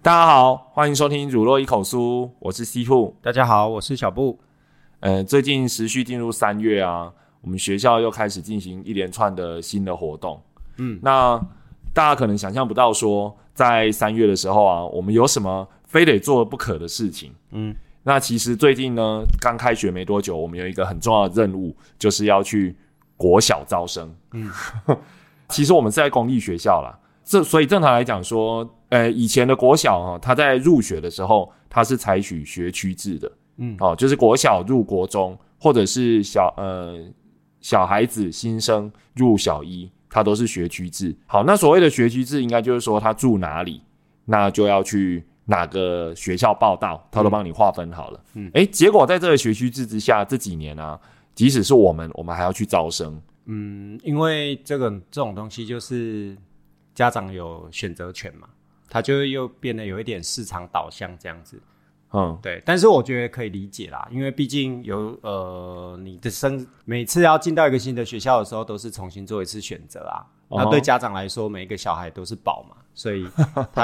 大家好，欢迎收听《乳酪一口酥》，我是 C Two。大家好，我是小布。呃，最近持续进入三月啊，我们学校又开始进行一连串的新的活动。嗯，那大家可能想象不到说，在三月的时候啊，我们有什么非得做不可的事情。嗯，那其实最近呢，刚开学没多久，我们有一个很重要的任务，就是要去国小招生。嗯， 其实我们是在公立学校啦，这所以正常来讲说，呃，以前的国小哈、它在入学的时候，它是采取学区制的。嗯哦，就是国小入国中，或者是小呃小孩子新生入小一，它都是学区制。好，那所谓的学区制，应该就是说他住哪里，那就要去哪个学校报到，他都帮你划分好了。嗯诶，结果在这个学区制之下，这几年啊，即使是我们，我们还要去招生。嗯，因为这个这种东西就是家长有选择权嘛，他就又变得有一点市场导向这样子。嗯，对，但是我觉得可以理解啦，因为毕竟有呃，你的生每次要进到一个新的学校的时候，都是重新做一次选择啊。哦那对家长来说，每一个小孩都是宝嘛，所以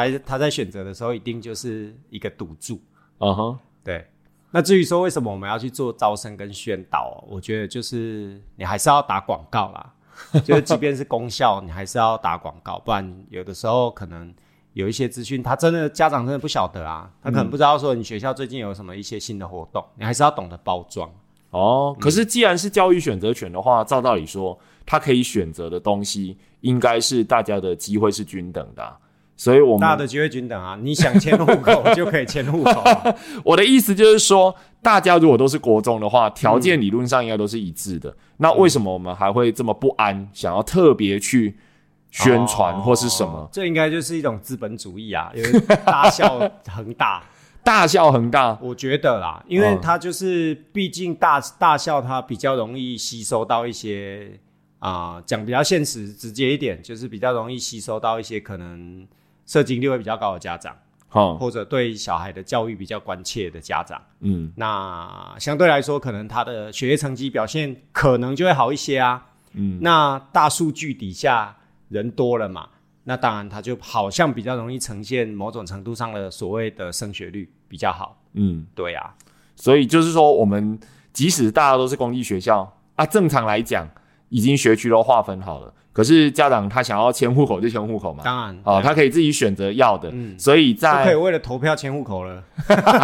他他在 选择的时候，一定就是一个赌注。嗯哼，对，那至于说为什么我们要去做招生跟宣导、我觉得就是你还是要打广告啦， 就是即便是公校，你还是要打广告，不然有的时候可能有一些资讯，他真的家长真的不晓得啊，他可能不知道说你学校最近有什么一些新的活动，你还是要懂得包装。哦，嗯可是既然是教育选择权的话，照道理说，他可以选择的东西应该是大家的机会是均等的啊、所以我们大家的机会均等啊， 你想迁户口就可以迁户口、啊，我的意思就是说，大家如果都是国中的话，条件理论上应该都是一致嗯的。那为什么我们还会这么不安，想要特别去 宣传或是什么？哦这应该就是一种资本主义啊，因为大校恒大。大校恒大，我觉得啦，因为嗯它就是毕竟大大校它比较容易吸收到一些啊，讲、比较现实直接一点，就是比较容易吸收到一些可能涉及率会比较高的家长，哈、或者对小孩的教育比较关切的家长。嗯，那相对来说，可能他的学业成绩表现可能就会好一些啊。嗯，那大数据底下人多了嘛，那当然他就好像比较容易呈现某种程度上的所谓的升学率比较好。嗯，对啊，所以就是说，我们即使大家都是公立学校啊，正常来讲，已经学区都划分好了，可是家长他想要迁户口就迁户口嘛，当然啊、他可以自己选择要的，嗯所以都可以在为了投票迁户口了。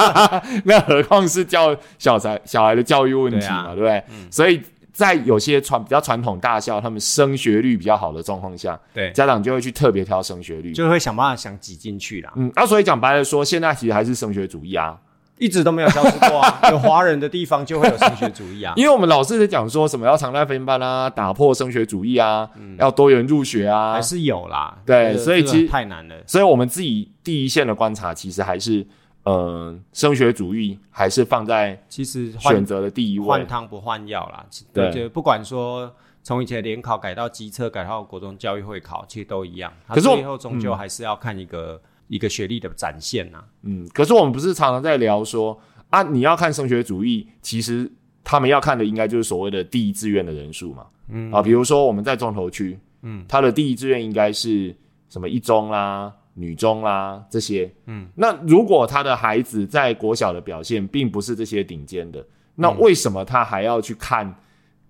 那何况是教小孩小孩的教育问题嘛，对对啊不对？所以在有些传比较传统大校，他们升学率比较好的状况下，对，家长就会去特别挑升学率。就会想办法想挤进去啦。嗯，那、所以讲白了说，现在其实还是升学主义啊，一直都没有消失过 啊，有华人的地方就会有升学主义啊。因为我们老师在讲说什么要常态分班啊，打破升学主义啊，要多元入学啊嗯还，是有啦，对这个所以这个其实太难了。所以我们自己第一线的观察，其实还是呃，升学主义还是放在其实选换择的第一位换。汤不换药啦，对就不管说从以前联考改到机测，改到国中教育会考，其实都一样。它可是我最后终究还是要看一个一个学历的展现啊呐。嗯，可是我们不是常常在聊说啊，你要看升学主义，其实他们要看的应该就是所谓的第一志愿的人数嘛。嗯啊，比如说我们在中投区，嗯，他的第一志愿应该是什么一中啦、女中啦这些。嗯，那如果他的孩子在国小的表现并不是这些顶尖的，嗯那为什么他还要去看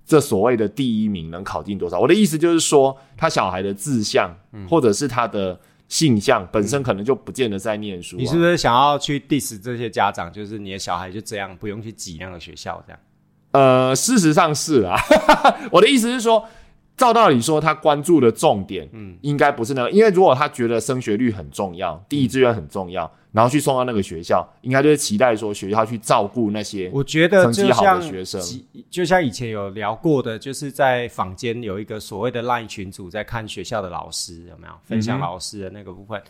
这所谓的第一名能考进多少？我的意思就是说，他小孩的志向、嗯或者是他的性向本身可能就不见得在念书、啊。你是不是想要去 diss 这些家长？就是你的小孩就这样，不用去挤那个学校这样。呃，事实上是啊， 我的意思是说，照道理说，他关注的重点，嗯，应该不是那个，因为如果他觉得升学率很重要，嗯第一志愿很重要，然后去送到那个学校，应该就是期待说学校去照顾那些，我觉得成绩就好的像学生几，就像以前有聊过的，就是在坊间有一个所谓的 LINE 群组，在看学校的老师有没有分享老师的那个部分。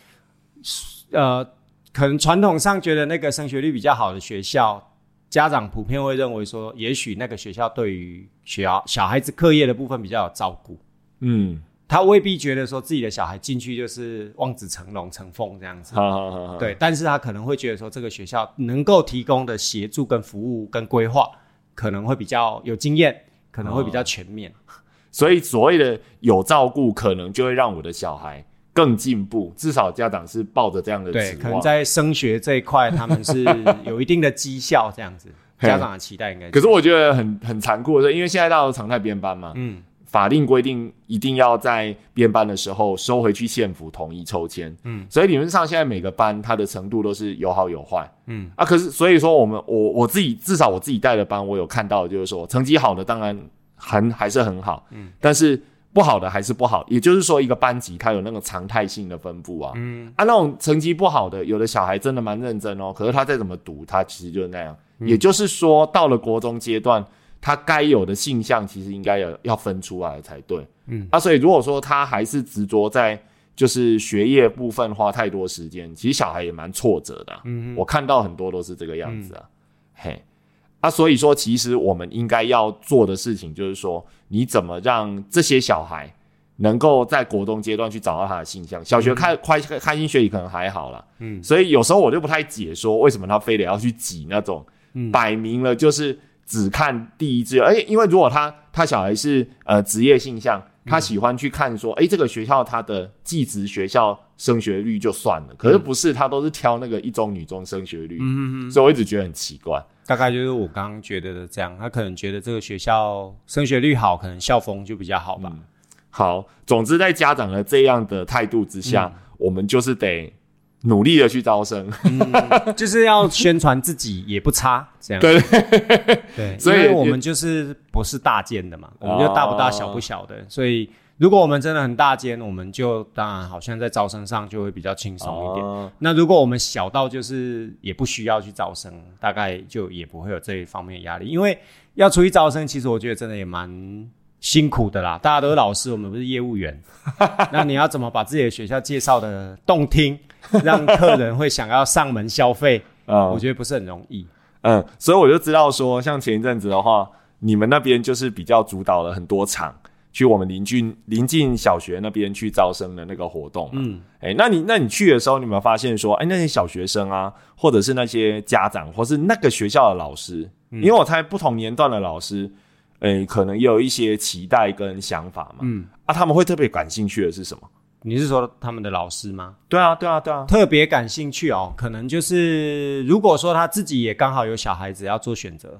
呃，可能传统上觉得那个升学率比较好的学校，家长普遍会认为说，也许那个学校对于学校小孩子课业的部分比较有照顾。嗯他未必觉得说自己的小孩进去就是望子成龙、成凤这样子，好好好好，对，但是他可能会觉得说这个学校能够提供的协助、跟服务、跟规划，可能会比较有经验，可能会比较全面。嗯所以所谓的有照顾，可能就会让我的小孩更进步，至少家长是抱着这样的对，指可能望。在升学这一块，他们是有一定的绩效这样子， 嘿家长的期待应该可是我觉得很很残酷的是，因为现在大家都常态编班嘛，嗯，法令规定一定要在编班的时候收回去县府统一抽签，嗯，所以理论上现在每个班它的程度都是有好有坏，嗯啊，可是所以说我们我我自己至少我自己带的班，我有看到的就是说成绩好的当然很还是很好，嗯，但是不好的还是不好，也就是说一个班级它有那个常态性的分布啊，嗯，啊那种成绩不好的，有的小孩真的蛮认真哦，可是他再怎么读，他其实就是那样，嗯也就是说到了国中阶段。他该有的性向其实应该要要分出来才对，嗯啊，所以如果说他还是执着在就是学业部分花太多时间，其实小孩也蛮挫折的啊、嗯我看到很多都是这个样子啊，嘿，啊，所以说其实我们应该要做的事情就是说，你怎么让这些小孩能够在国中阶段去找到他的性向？小学开开开心学语可能还好啦，嗯所以有时候我就不太解说为什么他非得要去挤那种嗯摆明了就是只看第一志愿，而哎且因为如果他他小孩是呃职业性向，嗯他喜欢去看说，哎、这个学校他的技职学校升学率就算了，可是不是他都是挑那个一中女中升学率，嗯所以我一直觉得很奇怪。大概就是我刚刚觉得的这样，他可能觉得这个学校升学率好，可能校风就比较好嗯吧。好，总之在家长的这样的态度之下，嗯我们就是得努力的去招生，就是要宣传自己也不差，这样对对，所以哦因为我们就是不是大件的嘛，我们就大不大小不小的，所以如果我们真的很大件，我们就当然好像在招生上就会比较轻松一点。哦那如果我们小到就是也不需要去招生，大概就也不会有这一方面的压力，因为要出去招生，其实我觉得真的也蛮辛苦的啦。大家都是老师，我们不是业 务员，那你要怎么把自己的学校介绍的动听，让客人会想要上门消费？嗯我觉得不是很容易。嗯，所以我就知道说，像前一阵子的话，你们那边就是比较主导了很多场去我们邻近邻近小学那边去招生的那个活动。嗯，哎、那你那你去的时候，你有没有发现说，哎、那些小学生啊，或者是那些家长，或是那个学校的老师，因为我猜不同年段的老师，哎、可能也有一些期待跟想法嘛。嗯，啊，他们会特别感兴趣的是什么？你是说他们的老师吗？对啊，对啊，对啊，特别感兴趣哦，可能就是如果说他自己也刚好有小孩子要做选择，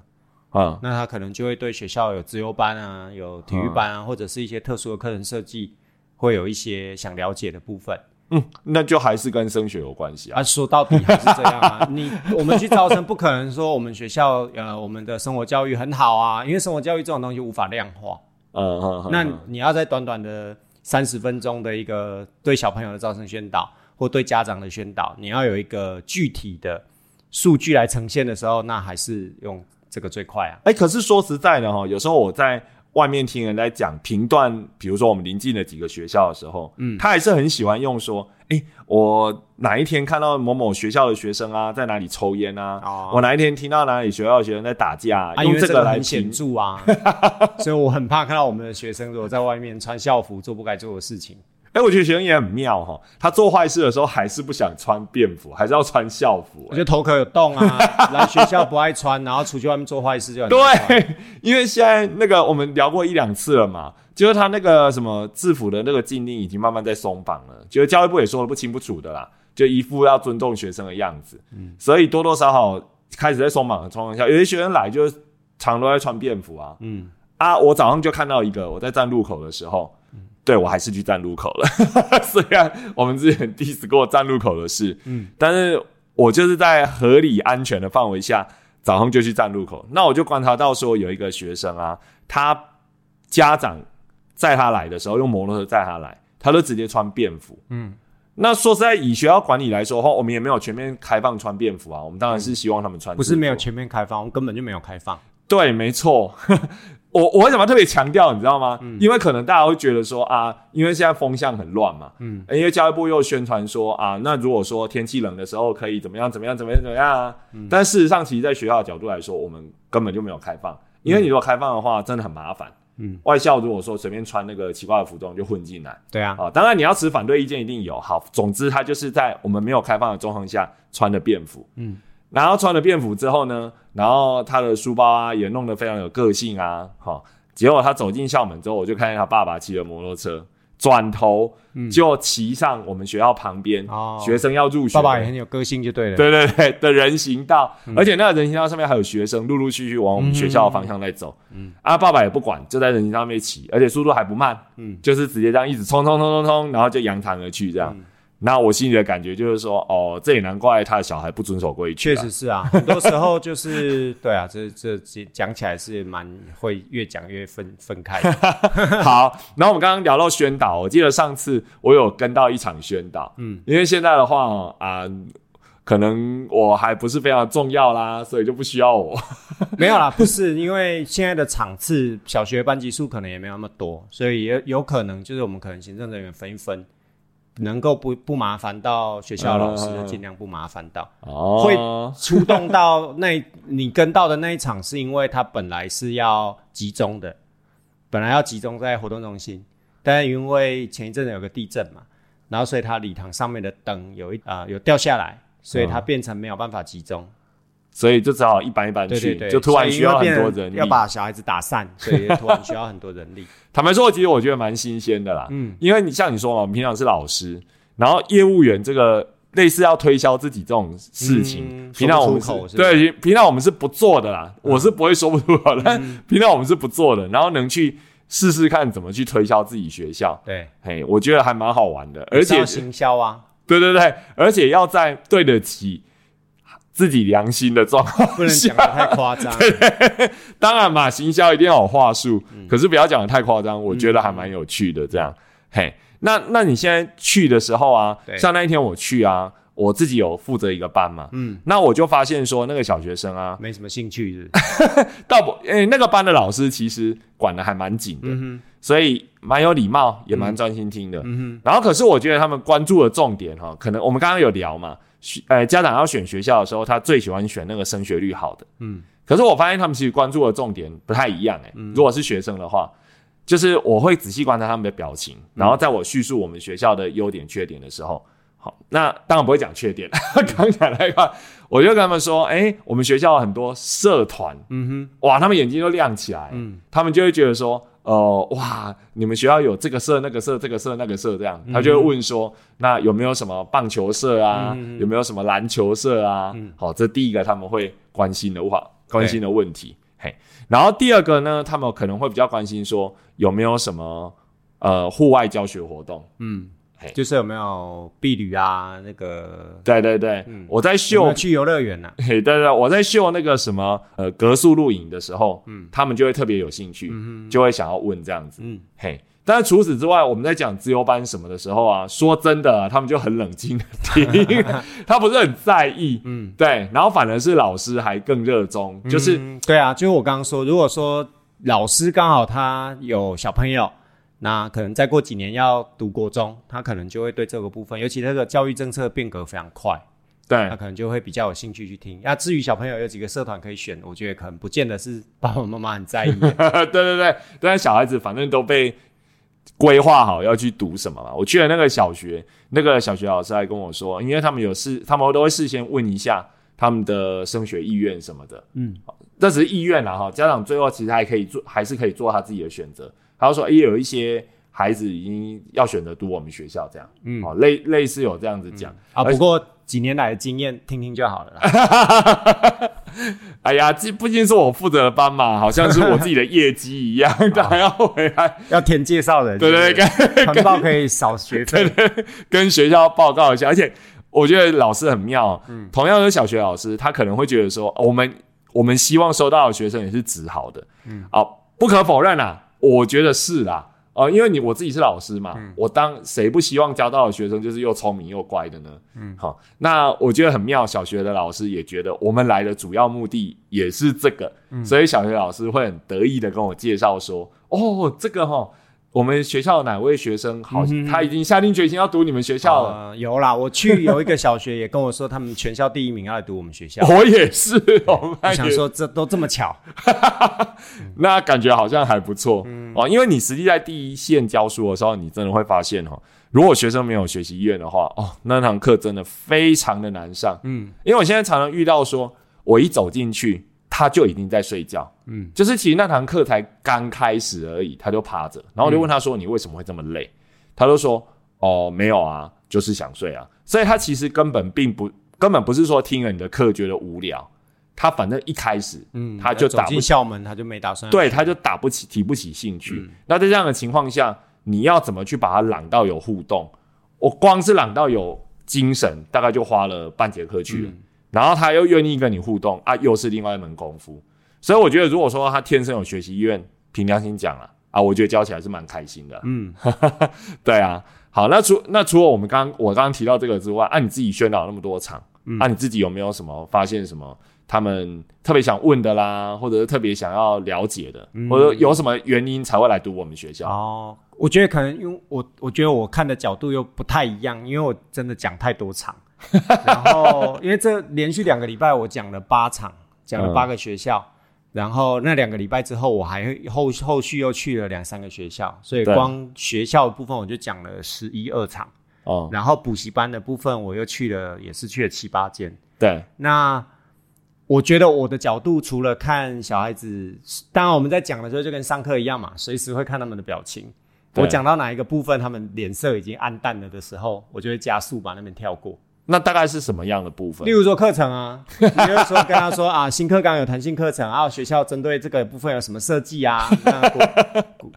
嗯，那他可能就会对学校有自由班啊、有体育班啊，或者是一些特殊的课程设计，会有一些想了解的部分。嗯那就还是跟升学有关系啊。啊，说到底还是这样啊， 你我们去招生不可能说我们学校呃我们的生活教育很好啊，因为生活教育这种东西无法量化。嗯嗯，嗯那嗯你要在短短的三十分钟的一个对小朋友的招生宣导，或对家长的宣导，你要有一个具体的数据来呈现的时候，那还是用这个最快啊。哎、可是说实在的哈，有时候我在外面听人在讲评断，比如说我们临近的几个学校的时候，嗯，他还是很喜欢用说，哎、我哪一天看到某某学校的学生啊，在哪里抽烟啊，哦我哪一天听到哪里学校的学生在打架啊、啊，因用为这个个来很显评。著啊， 所以我很怕看到我们的学生如果在外面穿校服做不该做的事情。哎、我觉得学生也很妙哈，他做坏事的时候还是不想穿便服，还是要穿校服、我觉得头壳有洞啊， 来学校不爱穿，然后出去外面做坏事就很难穿对， 因为现在那个我们聊过一两次了嘛，就是他那个什么制服的那个禁令已经慢慢在松绑了，觉得教育部也说的不清不楚的啦，就一副要尊重学生的样子，所以多多少少开始在松绑的状况下，有些学生来就常都在穿便服啊，嗯，啊，我早上就看到一个，我在站路口的时候，对我还是去站路口了。 虽然我们之前 diss 过站路口的事，嗯，但是我就是在合理安全的范围下，早上就去站路口。那我就观察到说，有一个学生啊，他家长载他来的时候，用摩托车载他来，他都直接穿便服，嗯。那说实在，以学校管理来说的话，我们也没有全面开放穿便服啊。我们当然是希望他们穿制服、不是没有全面开放，我们根本就没有开放。对，没错。 我我为什么特别强调，你知道吗？因为可能大家会觉得说啊，因为现在风向很乱嘛，嗯，因为教育部又宣传说啊，那如果说天气冷的时候可以怎么样怎么样怎么样怎么样啊，但事实上，其实在学校的角度来说，我们根本就没有开放，因为你如果开放的话，真的很麻烦。嗯，外校如果说随便穿那个奇怪的服装就混进来，对啊，啊、当然你要持反对意见一定有。好，总之他就是在我们没有开放的中横下穿的便服，嗯，然后穿了便服之后呢，然后他的书包啊也弄得非常有个性啊，好、结果他走进校门之后，我就看见他爸爸骑着摩托车，转头就骑上我们学校旁边、嗯哦学生要入学爸的爸也很有个性就对了。对嗯对对的人行道，而且那个人行道上面还有学生陆陆续续往我们学校的方向在走。嗯，啊，爸爸也不管，就在人行道上面骑，而且速度还不慢，嗯嗯，就是直接这样一直冲冲冲冲冲，然后就扬长而去这样。那我心里的感觉就是说，哦，这也难怪他的小孩不遵守规矩、确啊。实是啊，很多时候就是 对啊，这这这讲起来是蛮会越讲越分分开 的。 好，然后我们刚刚聊到宣导，我记得上次我有跟到一场宣导，嗯嗯，因为现在的话哦啊、可能我还不是非常重要啦，所以就不需要我。没有啦，不是因为现在的场次，小学班级数可能也没有那么多，所以也有可能就是我们可能行政人员分一分，能够不不麻烦到学校老师，嗯嗯嗯就尽量不麻烦到。哦会出动到那一你跟到的那一场，是因为他本来是要集中的，本来要集中在活动中心，但因为前一阵子有个地震嘛，然后所以他礼堂上面的灯有一啊、有掉下来，所以它变成没有办法集中。所以就只好一般一般去，对对对，就突然需要很所以因多为变人成力要。把小孩子打散，所以突然需要很多人力。坦白说，其实我觉得蛮新鲜的啦，嗯嗯，因为你像你说嘛，我们平常是老师，然后业务员这个类似要推销自己这种事情，嗯平常我们说不出口是不是嗯对平常我们是不做的啦，我是不会说不出口，但 平常我们是不做的，然后能去试试看怎么去推销自己学校，对，嘿，我觉得还蛮好玩的，而也是且要行销啊，对对对，而且要在对得起自己良心的状况不能讲的太夸张。当然嘛，行销一定要有话术，嗯可是不要讲的太夸张，我觉得还蛮有趣的。这样，嘿，那那你现在去的时候啊对，像那一天我去啊，我自己有负责一个班嘛，嗯嗯，那我就发现说那个小学生啊，没什么兴趣是不是，到不，诶、那个班的老师其实管的还蛮紧的，嗯所以蛮有礼貌，也蛮专心听的。嗯然后，可是我觉得他们关注的重点哈、可能我们刚刚有聊嘛，学呃，家长要选学校的时候，他最喜欢选那个升学率好的。嗯，可是我发现他们其实关注的重点不太一样哎、如果是学生的话，就是我会仔细观察他们的表情，嗯然后在我叙述我们学校的优点缺点的时候，好，那当然不会讲缺点， 刚讲那个，我就跟他们说，哎、我们学校有很多社团，嗯哼，哇，他们眼睛都亮起来，嗯他们就会觉得说，呃，哇，你们学校有这个社、那个社、这个社、那个社这样，嗯他就会问说，那有没有什么棒球社啊？嗯有没有什么篮球社啊？好，这第一个他们会关心的话，关心的问题。嘿，然后第二个呢，他们可能会比较关心说有没有什么呃户外教学活动。嗯嘿，就是有没有婢女啊，那个对对对，嗯我在有没秀有去游乐园呐？ 嘿，对对，我在秀那个什么呃格数录影的时候，嗯，他们就会特别有兴趣，就会想要问这样子，嗯嗯，嘿。但是除此之外，我们在讲资优班什么的时候啊，说真的啊、他们就很冷静的听，他不是很在意，嗯嗯，对。然后反而是老师还更热衷，就是、嗯对啊，就是我刚刚说，如果说老师刚好他有小朋友，那可能再过几年要读国中，他可能就会对这个部分，尤其那个教育政策变革非常快，他对可能就会比较有兴趣去听。那至于小朋友有几个社团可以选，我觉得可能不见得是爸爸妈妈很在意。 啊对对对。但是小孩子反正都被规划好要去读什么嘛。我去了那个小学，那个小学老师还跟我说，因为他们有事，他们都会事先问一下他们的升学意愿什么的。嗯，这只是意愿啦哈。家长最后其实还可以做，还是可以做他自己的选择。他就说，也有一些孩子已经要选择读我们学校这样，嗯嗯，好、类类似有这样子讲。啊，而不过几年来的经验听听就好了 啦。哎呀，这不仅是我负责的班嘛，好像是我自己的业绩一 样，他还要回来，要填介绍人，啊对对对，跟对，团报可以少学 费。跟学校报告一下。而且我觉得老师很妙，嗯，同样是小学老师，他可能会觉得说，哦我们我们希望收到的学生也是指好的，嗯，啊，不可否认啦、啊我觉得是啦、哦、因为你我自己是老师嘛，我当谁不希望教到的学生就是又聪明又乖的呢？嗯，好、那我觉得很妙，小学的老师也觉得我们来的主要目的也嗯是这个，所以小学老师会很得意的跟我介绍说，哦，这个哈、我们学校哪位学生好，嗯哼他已经下定决心要读你们学校了。呃有啦，我去有一个小学也跟我说，他们全校第一名要来读我们学 校。我也是，哦我我们想也说这都这么巧，那感觉好像还不错、嗯哦，因为你实际在第一线教书的时候，你真的会发现哦，如果学生没有学习意愿的话，哦，那堂课真的非常的难上。嗯，因为我现在常常遇到说，我一走进去，他就已经在睡觉，嗯，就是其实那堂课才刚开始而已，他就趴着，然后我就问他说：“你为什么会这么累？”他就说：“哦，没有啊，就是想睡啊。”所以他其实根本并不根本不是说听了你的课觉得无聊，他反正一开始，嗯，他就走打不进校门，他就没打算对，他就打不起、提不起兴趣。那在这样的情况下，你要怎么去把它朗到有互动？我光是朗到有精神，大概就花了半节课去了。然后他又愿意跟你互动啊，又是另外一门功夫。所以我觉得，如果说他天生有学习意愿，凭良心讲啊，啊，我觉得教起来是蛮开心的。啊嗯， 对啊。好，那除那除了我们刚我刚刚提到这个之外，啊，你自己宣导那么多场，嗯啊，你自己有没有什么发现什么他们特别想问的啦，或者是特别想要了解的，或者有什么原因才会来读我们学校？嗯哦，我觉得可能因为我我觉得我看的角度又不太一样，因为我真的讲太 多场，然后因为这连续两个礼拜我讲了八场，讲嗯了八个学校，然后那两个礼拜之后我还后后续又去了两三个学校，所以对光学校的部分我就讲了十一二场，哦、然后补习班的部分我又去了也是去了七八间，对，那我觉得我的角度除了看小孩子，当然我们在讲的时候就跟上课一样嘛，随时会看他们的表情。对我讲到哪一个部分，他们脸色已经暗淡了的时候，我就会加速把那边跳过。那大概是什么样的部分例？如说课程啊，你就会说跟他说 啊，新课纲有弹性课程啊，学校针对这个部分有什么设计啊？那 国国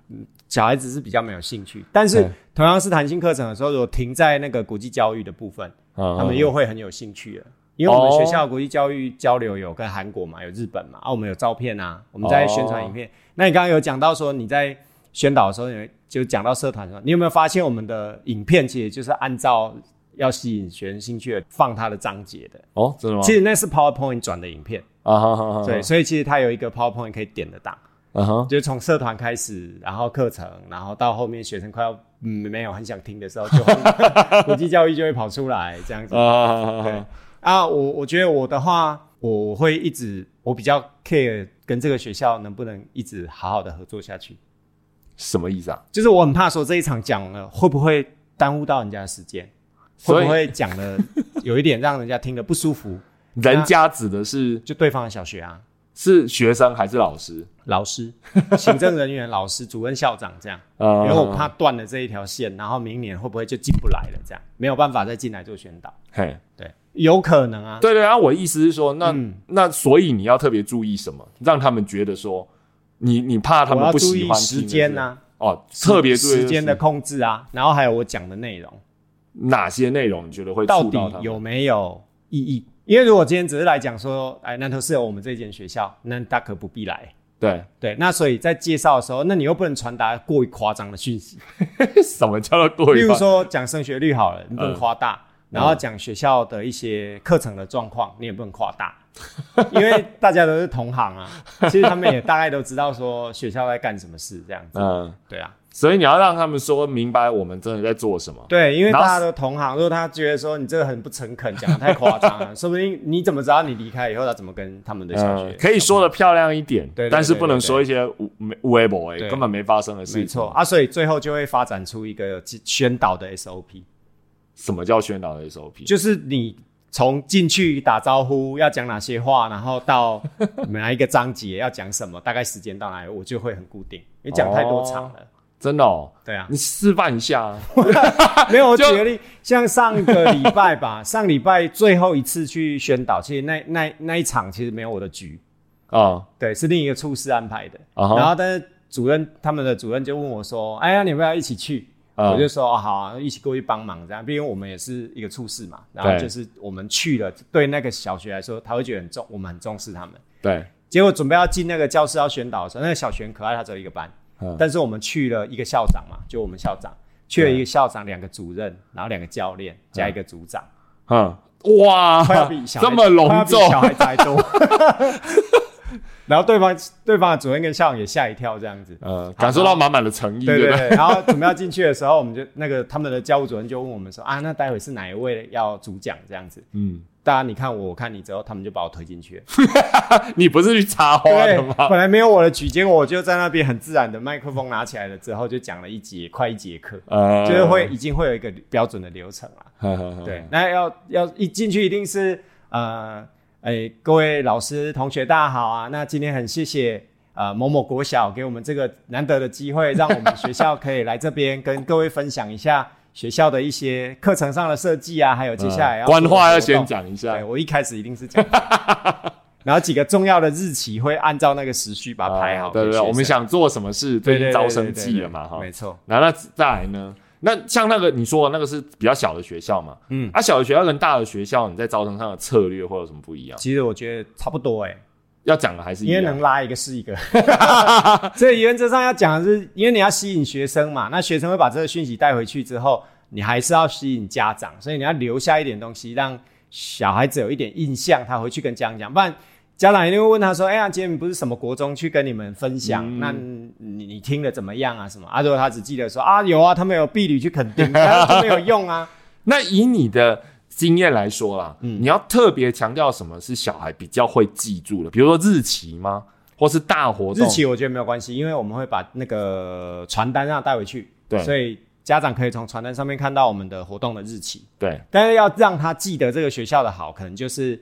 小孩子是比较没有兴趣，但是对同样是弹性课程的时候，如果停在那个国际教育的部分，嗯他们又会很有兴趣了。因为我们学校国际教育交流有跟韩国嘛，有日本嘛，啊，我们有照片啊，我们在宣传影片。那你刚刚有讲到说你在宣导的时候，你就讲到社团的啊时候，你有没有发现我们的影片其实就是按照要吸引学生兴趣的放它的章节的？哦，真的吗？其实那是 PowerPoint 转的影片，啊哈哈哈，对，所以其实它有一个 PowerPoint 可以点的档，啊哈，就是从社团开始，然后课程，然后到后面学生快要嗯没有很想听的时候，就 国际教育就会跑出来这样子啊。哈哈哈，啊，我我觉得我的话，我会一直我比较 care 跟这个学校能不能一直好好的合作下去，什么意思啊？就是我很怕说这一场讲了会不会耽误到人家的时间，所会以不会讲 了有一点让人家听得不舒服，人家指的是就对方的小学啊，是学生还是老师？老师、行政人员、老师、主任、校长这样，啊因为我怕断了这一条线，然后明年会不会就进不来了，这样没有办法再进来做宣导，嘿，对，有可能啊，对对啊，我的意思是说，那、嗯那所以你要特别注意什么，让他们觉得说你你怕他我们要不注喜意欢时间呢、呐、啊。哦，特别注意时间的是控制啊，然后还有我讲的内容哪些内容，你觉得会到触底他们？有没有意义？因为如果今天只是来讲说，哎，南投适合我们这间学校，那大可不必来。对， 对，那所以在介绍的时候，那你又不能传达过于夸张的讯息，什么叫做过例于如放？说讲升学率好了，你不能嗯夸大；然后讲学校的一些课程的状况，你也不能夸大， 因为大家都是同行啊，其实他们也大概都知道说学校在干什么事这样子。嗯，对啊，所以你要让他们说明白我们真的在做什么。对，因为然大后家都同行，如果他觉得说你这个很不诚恳，讲的太夸张 了，说不定你怎么知道你离开以后他怎么跟他们的小学、嗯，可以说的漂亮一点，对对对但是不能说一些无没无微博哎，对根本没发生的事情。没错，啊，所以最后就会发展出一个 宣导的 SOP，什么叫宣导的 SOP？就是你从进去打招呼要讲哪些话，然后到哪一个章节要讲什么，大概时间到哪里，我就会很固定，因为讲太多场了。真的哦，对啊，你示范一下啊。没有，我举就个例，像上个礼拜吧， 上礼拜最后一次去宣导，其实那那那一场其实没有我的局，啊对，是另一个处室安排的。啊哈然后，但是主任他们的主任就问我说：“哎呀，你要不要一起去？”啊我就说：“哦，好、啊，一起过去帮忙这样。”毕竟我们也是一个处室嘛，然后对就是我们去了，对那个小学来说，他会觉得很重，我们很重视他们。对，结果准备要进那个教室要宣导的时候，那个小学很可爱，他只有一个班，嗯但是我们去了一个校长嘛，就我们校长去了一个校长、两个主任，然后两个教练加一个组长，嗯，哇快要比，小孩这么快要隆比重，小孩子还多。 然后对方对方的主任跟校长也吓一跳，这样子。呃，感受到满满的诚意，对对对不对？对，然后准备要进去的时候，我们就那个他们的教务主任就问我们说啊，那待会是哪一位要主讲这样子？嗯，大家你看我，我看你之后，他们就把我推进去了。你不是去插花的吗？本来没有我的曲，结果我就在那边很自然的麦克风拿起来了之后，就讲了一节快一节课，呃，就是会已经会有一个标准的流程了。呵呵呵，对，那要要一进去一定是呃，哎、各位老师同学大家好啊！那今天很谢谢呃某某国小给我们这个难得的机会，让我们学校可以来这边跟各位分享一下学校的一些课程上的设计啊，还有接下来要呃官话要做的先活动。讲一下对，我一开始一定 是讲。然后几个重要的日期会按照那个时序把它啊排好给对学生。对对，我们想做什么事，最对近对招对生对对季了对嘛，哈，没错。然后那再来呢？那像那个你说的那个是比较小的学校嘛，嗯啊，小的学校跟大的学校，你在招生上的策略会有什么不一样？其实我觉得差不多哎、要讲的还是一因为样能，拉一个是一个， 所以原则上要讲的是，因为你要吸引学生嘛，那学生会把这个讯息带回去之后，你还是要吸引家长，所以你要留下一点东西，让小孩子有一点印象，他回去跟家长讲，不然家长一定会问他说：“哎呀，今天你不是什么国中去跟你们分享，嗯那你你听了怎么样啊？什么？”啊，如果他只记得说：“啊，有啊，他们有婢女去垦 丁，但是都没有用啊。那以你的经验来说啦，嗯你要特别强调什么是小孩比较会记住的，比如说日期吗，或是大活”动？日期我觉得没有关系，因为我们会把那个传单让他带回去，对所以家长可以从传单上面看到我们的活动的日期。对，但是要让他记得这个学校的好，可能就是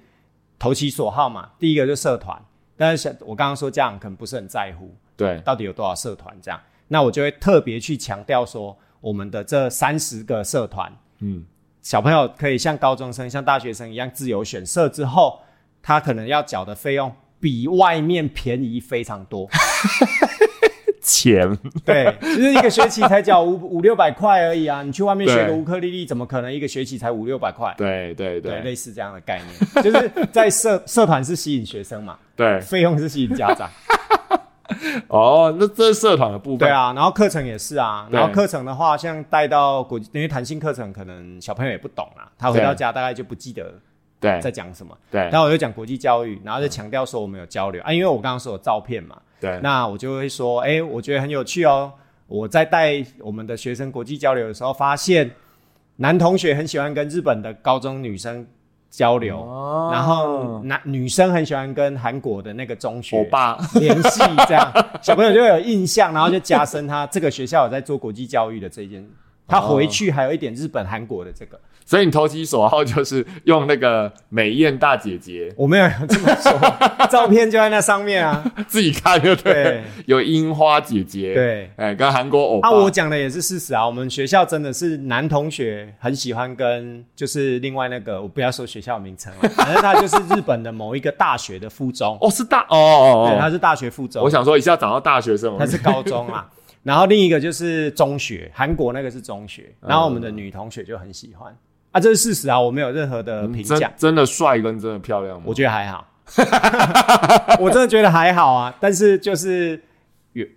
投其所好嘛。第一个就是社团，但是像我刚刚说家长可能不是很在乎对，到底有多少社团这样，那我就会特别去强调说我们的这三十个社团，嗯，小朋友可以像高中生、像大学生一样自由选社之后，他可能要缴的费用比外面便宜非常多。钱，对，就是一个学期 才缴五五六百块而已啊！你去外面学对个乌克丽丽，怎么可能一个学期才五六百块？ 对对对，对类似这样的概念， 就是在社社团是吸引学生嘛，对，费用是吸 引家长，哦，那这是社团的部分，对，啊，然后课程也是啊，对然后课程的话，像带到国际，因为弹性课程可能小朋友也不懂啦，他回对到家大概就不记得对在讲什么，对然后我就讲国际教育，然后就强调说我们有交流啊，因为我刚刚说有照片嘛，对，那我就会说，哎、我觉得很有趣哦。我在带我们的学生国际交流的时候，发现男同学很喜欢跟日本的高中女生交流，哦然后男女生很喜欢跟韩国的那个中我学爸， 联系，这样小朋友就会有印象，然后就加深他这个学校有在做国际教育的这一件。他回去还有一点日本、韩国的这个，所以你投其所好就是用那个美艳大姐姐我没有这么说，照片就在那上面啊。自己看就对了，对有樱花姐姐，，对，哎，跟韩国欧巴，啊，我讲的也是事实啊。我们学校真的是男同学很喜欢跟，就是另外那个，我不要说学校名称了， 反正他就是日本的某一个大学的附中，哦是大哦哦对，哦他是大学附中我，想说一下找到大学生，他是高中 啊。然后另一个就是中学，韩国那个是中学，嗯然后我们的女同学就很喜欢啊，这是事实啊，我没有任何的评嗯真价，真的帅跟真的漂亮吗？我觉得还好， 我真的觉得还好啊，但是就是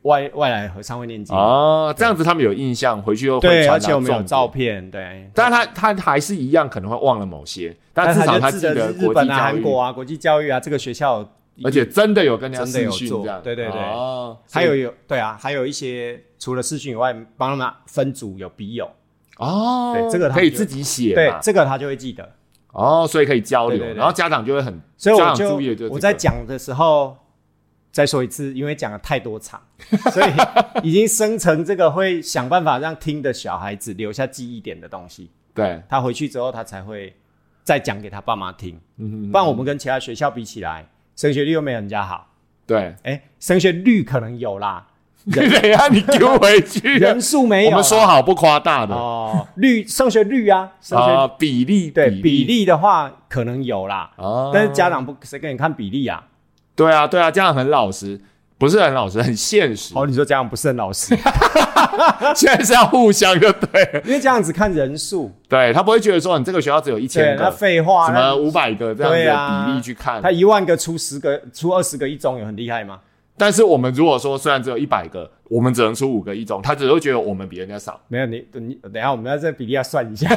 外外来和尚会念经，哦，这样子他们有印象，回去又会对，传达而且我们有重照点，片，对，但他他还是一样可能会忘了某些，但至他少就记记得得是日国本际啊、教韩育，国啊、国际教育啊，这个学校有，而且真的有跟人家真的私有讯做这样，对对对哦，还有有对啊，还有一些除了视讯以外，帮他们分组有笔友，哦，对这个他可以就自己写对嘛，这个他就会记得。哦，所以可以交对流，对对然后家长就会很，所以家我长就注意的就是我这在个讲的时候再说一次，因为讲了太 多场，所以已经生成这个会想办法让听的小孩子留下记忆点的东西，对，他回去之后他才会再讲给他爸妈听。嗯，不然我们跟其他学校比起来，升学率又没有人家好，对，哎，升学率可能有啦， 等 一下你丢回 去，啊人数没我有啦。们说好不夸大的哦，率升学率啊，升学、啊，比例对比比例的话可能有啦，啊，但是家长不谁给你看比例啊？对啊对啊，家长很老实，不是很老实，很现实，哦，你说家长不是很老实，现在是要互相就对了。 因为这样子看人数，对他不会觉得说你这个学校只有一对千，那个，废话，什么五百个这样子对啊的比例去看。那他一万个出十个，出二十个一中有很厉害吗？但是我们如果说虽然只有一百个，我们只能出五个一中，他只会觉得我们比人家 少。没有你你等一下我们要这比例要算一下，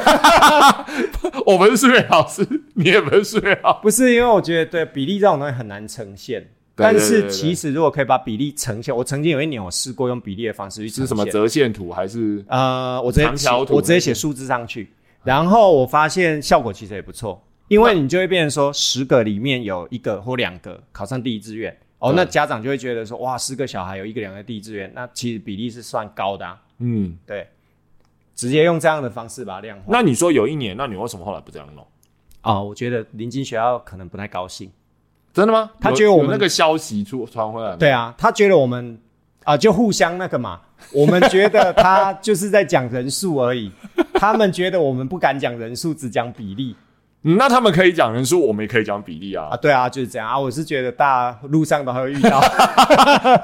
我 不是数学老师，你也不是数学老师不是因为我觉得对比例这种东西很难呈现，对但对对是对其实如果可以把比例呈现，我曾经有一年我试过用比例的方式去呈是现，什么折线图还是呃，我直接长条写图我直接写数字上去，然后我发现效果其实也不错，因为你就会变成说十个里面有一个或两个考上第一志愿，哦，对那家长就会觉得说哇，十个小孩有一个两个第一志愿，那其实比例是算高的、啊，嗯？对，直接用这样的方式把它量化。那你说有一年，那你为什么后来不这样弄？啊、我觉得临近学校可能不太高兴，真的吗？他有觉得我们有那个消息出传回来吗？对啊，他觉得我们啊、就互相那个嘛，我们觉得他就是在讲人数而 已，他们觉得我们不敢讲人数，只讲比例。嗯，那他们可以讲人数，我们也可以讲比例啊，啊，对啊，就是这样啊。我是觉得大家路上都还会遇到，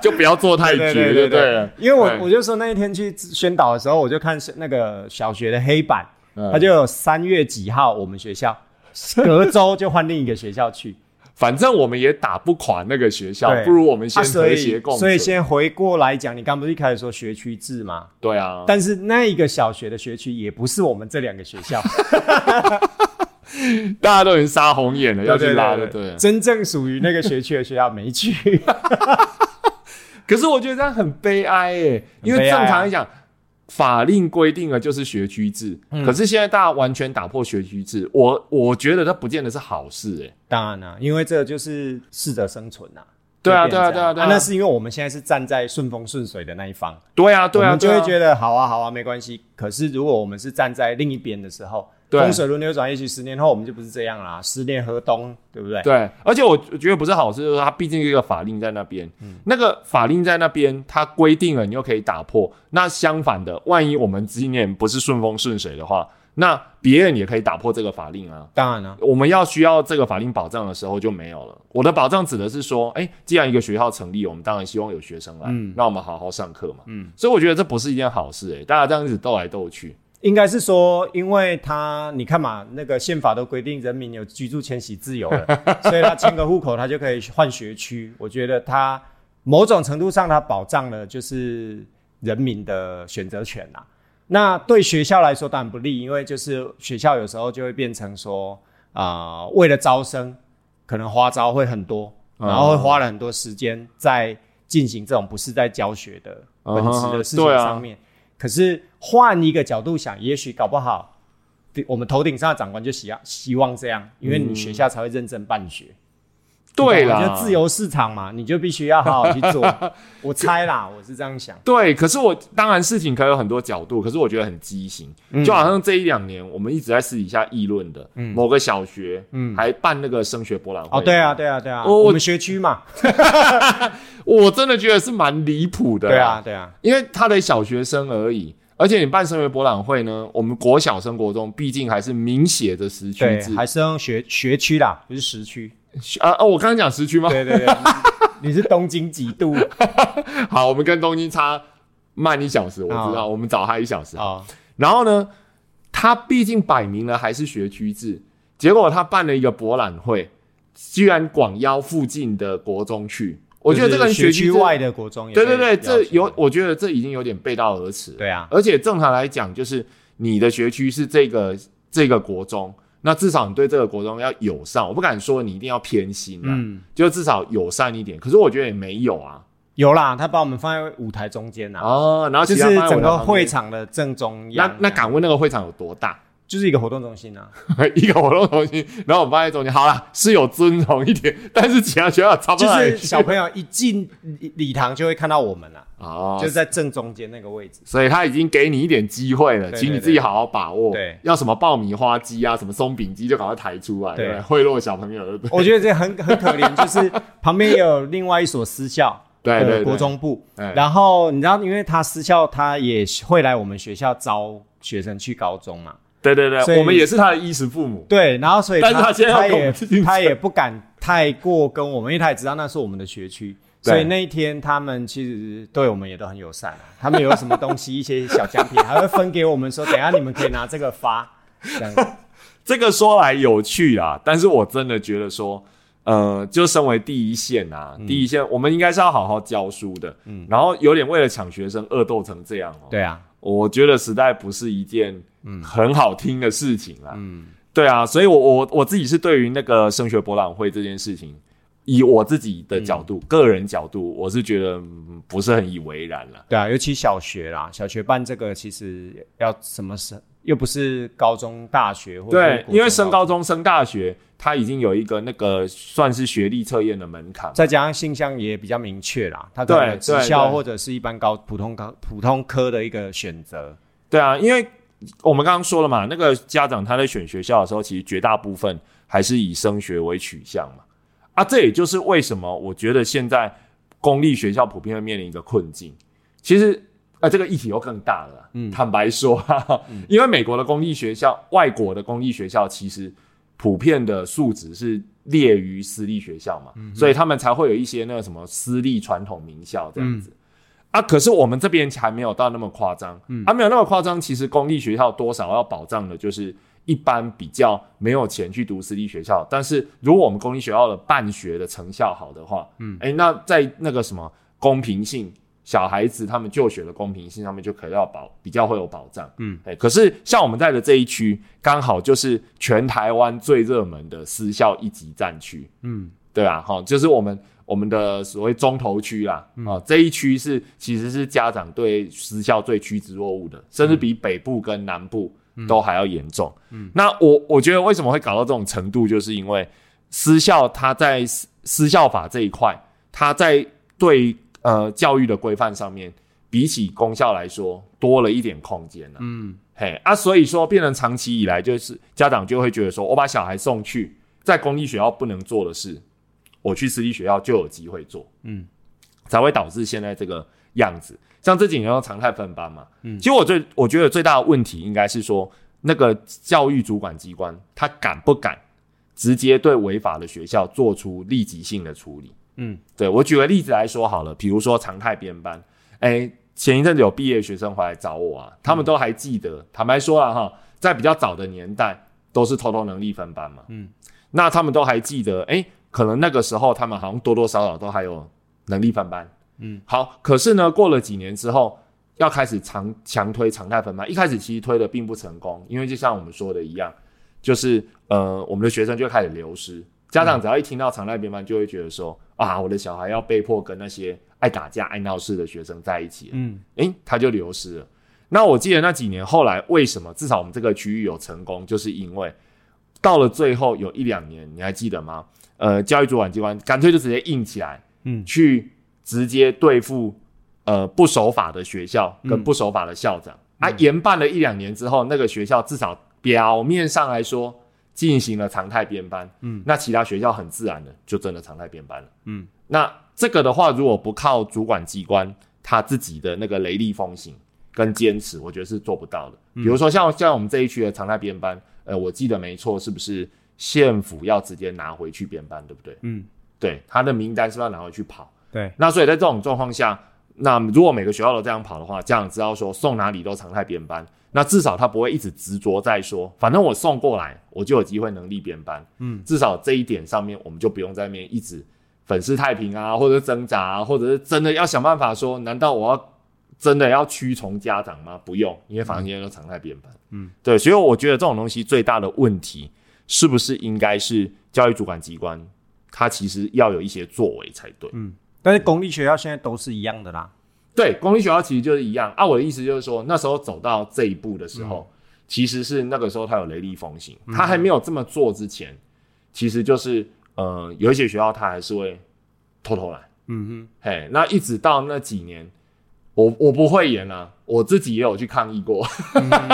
就不要做太对绝，对 对对不对？因为对我我就说那一天去宣导的时候，我就看是那个小学的黑板，嗯它就有三月几号我们学校，隔周就换另一个学校去。反正我们也打不垮那个学校对，不如我们先啊，所和谐以共所以存。先回过来讲，你刚不是一开始说学区制吗？对啊，但是那一个小学的学区也不是我们这两个学校，大家都已经杀红眼 了，要去拉就对了。真正属于那个学区的学校没去。 可是我觉得这样很悲哀诶、因为悲哀啊正常来讲，法令规定了就是学区制，嗯可是现在大家完全打破学区制，我我觉得它不见得是好事诶、当然啦、啊因为这个就是适者生存呐、对啊就变对啊成这对啊样对啊那是因为我们现在是站在顺风顺水的那一方，对啊，对我啊，们就会觉得得好啊好啊没关系。可是如果我们是站在另一边的时候，对风水轮流转，也许十年后我们就不是这样啦，十年河东，对不对？对。而且我觉得不是好事，就是它毕竟是一个法令在那边，那个法令在那边，它规定了你又可以打破。那相反的，万一我们今年不是顺风顺水的话，那别人也可以打破这个法令啊。当然啦、我们要需要这个法令保障的时候就没有了。我的保障指的是说，哎、既然一个学校成立，我们当然希望有学生来，那我们好好上课嘛。嗯，所以我觉得这不是一件好事、哎，大家这样子斗来斗去，应该是说，因为他你看嘛，那个宪法都规定人民有居住迁徙自由了，所以他迁个户口，他就可以换学区。我觉得他某种程度上，他保障了就是人民的选择权啦。那对学校来说当然不利，因为就是学校有时候就会变成说啊、为了招生，可能花招会很多，然后会花了很多时间在进行这种不是在教学的本质的事嗯情哼对啊上面。可是换一个角度想，也许搞不好，对我们头顶上的长官就希望希望这样，因为你学校才会认真办学。嗯对你啦，就自由市场嘛，你就必须要好好去 做。我猜啦，我是这样想。对，可是我当然事情可以有很多角度，可是我觉得很畸形，嗯就好像这一两年我们一直在私底下议论的，某个小学，嗯，还办那个升学博览会，哦，对啊，，对啊，对啊，我我们学区嘛，我真的觉得是蛮离谱的，对啊，，对啊，因为他的小学生而已。而且你办升学博览会呢，我们国小升国中毕竟还是明写的时区对，制，还是用学学区啦，不是时区。啊啊！我刚刚讲时区吗？对对对， 你你是东京几度 好，我们跟东京差慢一小时，我知道，我们早他一小时。啊？然后呢，他毕竟摆明了还是学区制，结果他办了一个博览会，居然广邀附近的国中去，我觉得这个就跟是学区区制外，的国中也对对对，被这要求有，我觉得这已经有点背道而驰了。对啊，而且正常来讲，就是你的学区是这个这个国中，那至少你对这个国中要友善。我不敢说你一定要偏心啊，嗯就至少友善一点。可是我觉得也没有啊，有啦，他把我们放在舞台中间呐，哦，然后啊其就是他班整我的个旁边会，场的正中那央。那敢问那个会场有多大？就是一个活动中 心啊，一个活动中心，然后我们放在中间，好啦，是有尊荣一点，但是其他学校差不就多哪里是去小朋友一进礼堂就会看到我们啦，哦，就是在正中间那个位置。所以他已经给你一点机会了，对请你对自己好好把握。对要什么爆米花机啊，什么松饼机，就赶快抬出来，对对不对，贿赂小朋友，对不对？我觉得这很很可怜，就是旁边也有另外一所私校对对的对呃国中部，哎然后你知道，因为他私校他也会来我们学校招学生去高中嘛，对对所对，以我们也是他的衣食父母。对，然后所以但是他现在要他跟我也们竞争他也不敢太过跟我们，因为他也知道那是我们的学区。对所以那一天，他们其实对我们也都很友善、啊。他们有什么东西，一些小奖品，还会分给我们说，等一下你们可以拿这个发，这样子。这个说来有趣啦，但是我真的觉得说，呃，就身为第一线啊，嗯第一线，我们应该是要好好教书的。嗯，然后有点为了抢学生恶斗成这样哦。对啊，我觉得实在不是一件很好听的啊事情啦。嗯，对啊，所以我我我自己是对于那个升学博览会这件事情，以我自己的角度、个人角度，我是觉得嗯不是很以为然了。对啊，尤其小学啦，小学办这个其实要什么时，又不是高中、大学或者是对，国中因为升，高中、升大学，它已经有一个那个算是学历测验的门槛。再加上性向也比较明确啦，他可能有对职对校对或者是一般高普通高普通科的一个选择。对啊，因为我们刚刚说了嘛，那个家长他在选学校的时候，其实绝大部分还是以升学为取向嘛。啊，这也就是为什么我觉得现在公立学校普遍会面临一个困境。其实，呃，这个议题又更大了啦。嗯坦白说，哈哈因为美国的公立学校、外国的公立学校其实普遍的素质是劣于私立学校嘛，所以他们才会有一些那个什么私立传统名校这样子。啊，可是我们这边还没有到那么夸张，嗯、啊，没有那么夸张。其实公立学校多少要保障的，就是一般比较没有钱去读私立学校，但是如果我们公立学校的办学的成效好的话，嗯，哎、那在那个什么公平性，小孩子他们就学的公平性上面就可以要保比较会有保障，嗯，哎、可是像我们在的这一区，刚好就是全台湾最热门的私校一级战区，嗯，对啊，哈，就是我们我们的所谓中投区啦，啊，这一区是其实是家长对私校最趋之若鹜的，甚至比北部跟南部都还要严重。嗯，那我我觉得为什么会搞到这种程度，就是因为私校它在私私校法这一块，它在对呃教育的规范上面，比起公校来说多了一点空间了、嗯，嘿啊，所以说变成长期以来就是家长就会觉得说，我把小孩送去在公立学校不能做的事，我去私立学校就有机会做，嗯，才会导致现在这个样子。像这几年要常态分班嘛，嗯，其实我最我觉得最大的问题应该是说，那个教育主管机关他敢不敢直接对违法的学校做出立即性的处理？嗯，对我举个例子来说好了，比如说常态编班，哎，前一阵子有毕业学生回来找我啊，他嗯们都还记得，坦白说了哈，在比较早的年代都是偷偷能力分班嘛，嗯，那他们都还记得，哎，可能那个时候他们好像多多少少都还有能力分班，嗯，好，可是呢，过了几年之后。要开始强强推常态分班，一开始其实推的并不成功，因为就像我们说的一样，就是呃，我们的学生就会开始流失。家长只要一听到常态编班，就会觉得说、啊，我的小孩要被迫跟那些爱打架、爱闹事的学生在一起了，嗯诶、他就流失了。那我记得那几年后来为什么至少我们这个区域有成功，就是因为到了最后有一两年，你还记得吗？呃，教育主管机关干脆就直接硬起来，嗯去直接对付呃不守法的学校跟嗯不守法的校长。啊，严办了一两年之后，那个学校至少表面上来说进行了常态编班，嗯，那其他学校很自然的就真的常态编班了，嗯。那这个的话，如果不靠主管机关他自己的那个雷厉风行跟坚持，我觉得是做不到的。比如说像像我们这一区的常态编班，呃，我记得没错，是不是县府要直接拿回去编班，对不对？嗯，对，他的名单是不是要拿回去跑？对，那所以在这种状况下，那如果每个学校都这样跑的话，家长知道说送哪里都常态编班，那至少他不会一直执着在说，反正我送过来，我就有机会能力编班。嗯，至少这一点上面，我们就不用在那边一直粉饰太平啊，或者挣扎、啊，或者是真的要想办法说，难道我要真的要屈从家长吗？不用，因为反正现在都常态编班。嗯，对，所以我觉得这种东西最大的问题，是不是应该是教育主管机关，它其实要有一些作为才对。但是公立学校现在都是一样的啦。对，公立学校其实就是一样啊。我的意思就是说，那时候走到这一步的时候，其实是那个时候他有雷厉风行，他还没有这么做之前，其实就是呃，有一些学校他还是会偷偷来，嗯嘿，那一直到那几年，我我不会演啊，我自己也有去抗议过，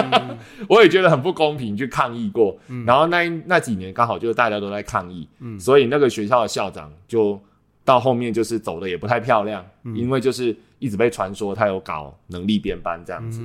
我也觉得很不公平，去抗议过。然后那一那几年刚好就是大家都在抗议，所以那个学校的校长就到后面就是走的也不太漂亮，因为就是一直被传说他有搞能力编班这样子、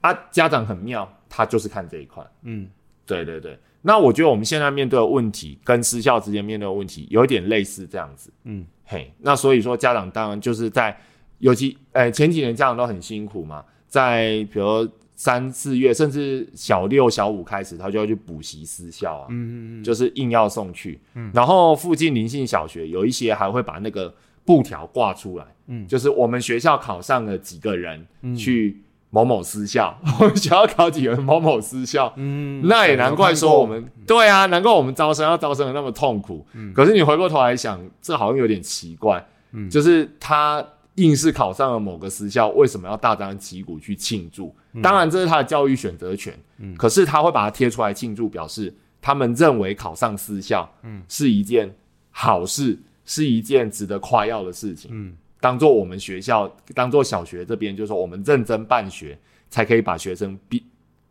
啊。家长很妙，他就是看这一块。哼，嗯对对对，那我觉得我们现在面对的问题跟私校之间面对的问题有一点类似这样子。嗯，嘿，那所以说家长当然就是在，尤其呃前几年家长都很辛苦嘛，在比如三四月甚至小六小五开始，他就要去补习私校啊，嗯嗯嗯就是硬要送去。然后附近临近小学有一些还会把那个布条挂出来，嗯就是我们学校考上了几个人去某某私校， 我们学校考几个某某私校，嗯，那也难怪说我们对啊，难怪我们招生要招生的那么痛苦。嗯可是你回过头来想，这好像有点奇怪，就是他硬是考上了某个私校，为什么要大张旗鼓去庆祝？嗯当然这是他的教育选择权，可是他会把它贴出来庆祝，表示他们认为考上私校，嗯是一件好事，是一件值得夸耀的事情。嗯当做我们学校，当做小学这边，就是说我们认真办学，才可以把学生逼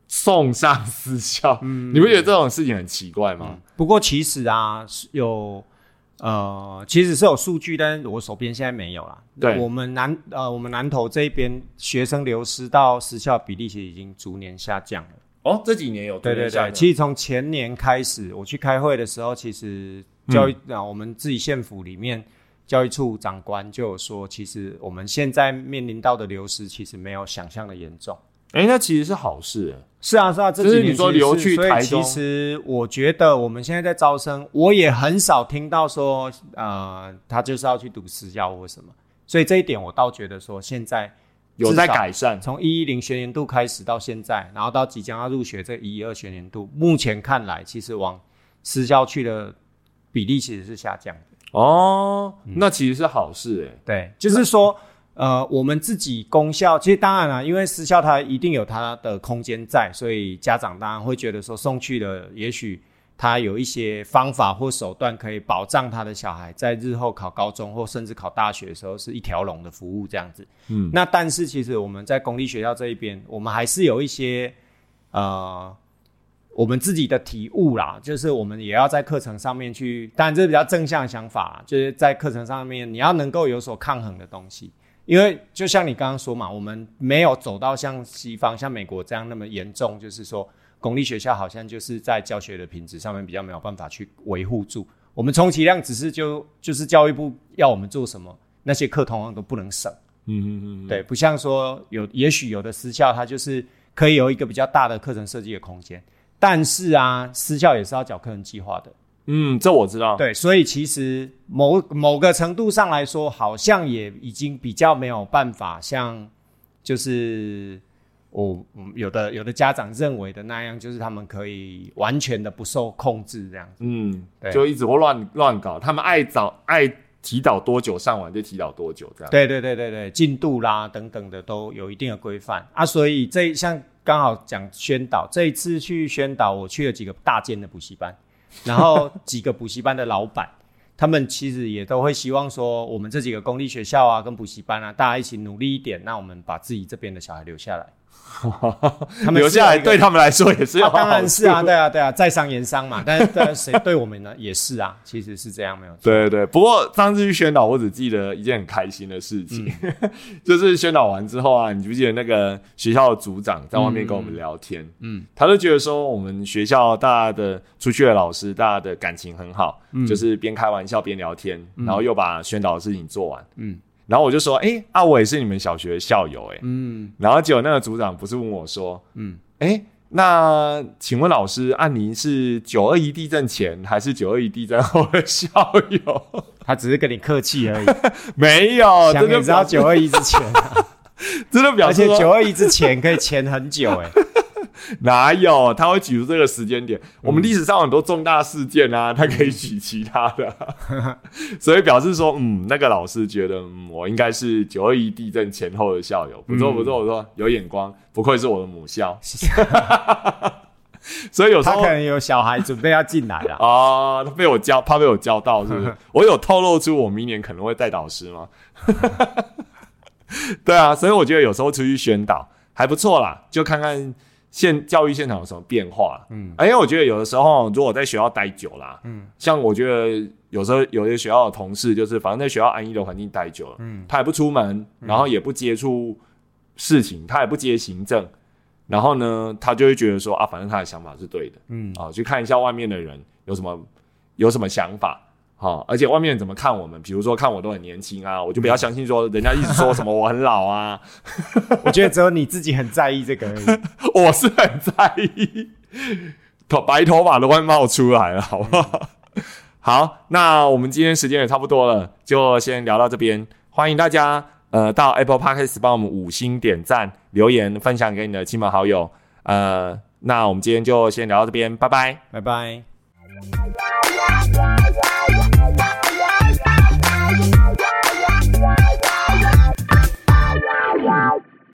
送上私校。嗯你不觉得这种事情很奇怪吗？不过其实啊，是有呃，其实是有数据，但是我手边现在没有啦。对我们南呃，我们南投这边学生流失到私校比例其实已经逐年下降了。哦，这几年有对对对，其实从前年开始，我去开会的时候，其实教育啊、我们自己县府里面教育处长官就有说，其实我们现在面临到的流失，其实没有想象的严重。哎、那其实是好事、哎是啊，是啊，这就是几年你说其实流是去所以台其中实我觉得我们现在在招生，我也很少听到说，呃，他就是要去读私校或什么。所以这一点我倒觉得说，现在有在至少改善。从一一零学年度开始到现在，然后到即将要入学这一一二学年度，目前看来，其实往私校去的比例其实是下降的。哦，那其实是好事、哎、对，就是说，呃，我们自己公校，其实当然了、啊因为私校它一定有它的空间在，所以家长当然会觉得说送去了，也许他有一些方法或手段可以保障他的小孩在日后考高中或甚至考大学的时候是一条龙的服务这样子。嗯，那但是其实我们在公立学校这一边，我们还是有一些呃。我们自己的体悟啦，就是我们也要在课程上面去，当然这是比较正向的想法啦，就是在课程上面你要能够有所抗衡的东西，因为就像你刚刚说嘛，我们没有走到像西方、像美国这样那么严重，就是说公立学校好像就是在教学的品质上面比较没有办法去维护住。我们充其量只是就就是教育部要我们做什么，那些课同样都不能省。嗯嗯嗯，对，不像说有，也许有的私校它就是可以有一个比较大的课程设计的空间，但是啊，私校也是要缴课程计划的，嗯，这我知道。对，所以其实某某个程度上来说，好像也已经比较没有办法像就是我嗯有的有的家长认为的那样，就是他们可以完全的不受控制这样子，嗯对，就一直会乱乱搞，他们爱早爱提早多久上完就提早多久这样。对对对对对，进度啦等等的都有一定的规范啊，所以这像刚好讲宣导，这一次去宣导，我去了几个大间的补 习班，然后几个补习班的老板，他们其实也都会希望说，我们这几个公立学校啊，跟补习班啊，大家一起努力一点，那我们把自己这边的小孩留下来。 他们留是下有来一个对他们来说也是有啊，好处、当然是啊，对啊，对啊，在商言商嘛，但是但是谁对我 们呢？也是啊，其实是这样，没有错。对对对，不过上次去宣导，我只记得一件很开心的事情，就是宣导完之后啊，你记不记得那个学校的组长在外面跟我们聊天，嗯，他就觉得说我们学校大家的出去的老师，大家的感情很好，就是边开玩笑边聊天，然后又把宣导的事情做完，嗯嗯，然后我就说，哎、啊，我也是你们小学的校友、诶哎，嗯然后结果那个组长不是问我说，嗯嗯，哎，那请问老师，啊，您是九二一地震前还是九二一地震后的校友？ 他只是跟你客气而已，没有，想这也就知道表九二一之前、啊。 真的表而示且说九二一之前可以前很久 哎、哪有他会举出这个时间点？我嗯们历史上很多重大事件啊，他可以举其他的啊、 所以表示说，嗯，那个老师觉得，嗯，我应该是九二一地震前后的校友，不嗯错不错不错，有眼光，不愧是我的母校。 所以有时他哦候可能有小孩准备要进来了。啊，他被我教，怕被我教到，是不 是？我有透露出我明年可能会带导师吗？ 对啊，所以我觉得有时候出去宣导还不错啦，就看看现教育现场有什么变化。嗯，因为我觉得有的时候如果在学校待久啦，嗯，像我觉得有时候有些学校的同事，就是反正在学校安逸的环境待久了，嗯，他也不出门，然后也不接触事情，他也不接行政。然后呢，他就会觉得说啊，反正他的想法是对的，嗯啊，去看一下外面的人有什么有什么想法。好、而且外面人怎么看我们？比如说看我都很年轻啊，我就不要相信说人家一直说什么我很老啊，我觉得只有你自己很在意这个而已。我是很在意，头白头发都快冒出来了，好不好？ 好，那我们今天时间也差不多了，就先聊到这边。欢迎大家呃，到 Apple Podcast 帮我们五星点赞、留言、分享给你的亲朋好友。呃，那我们今天就先聊到这边，拜拜。拜拜。 Yeah.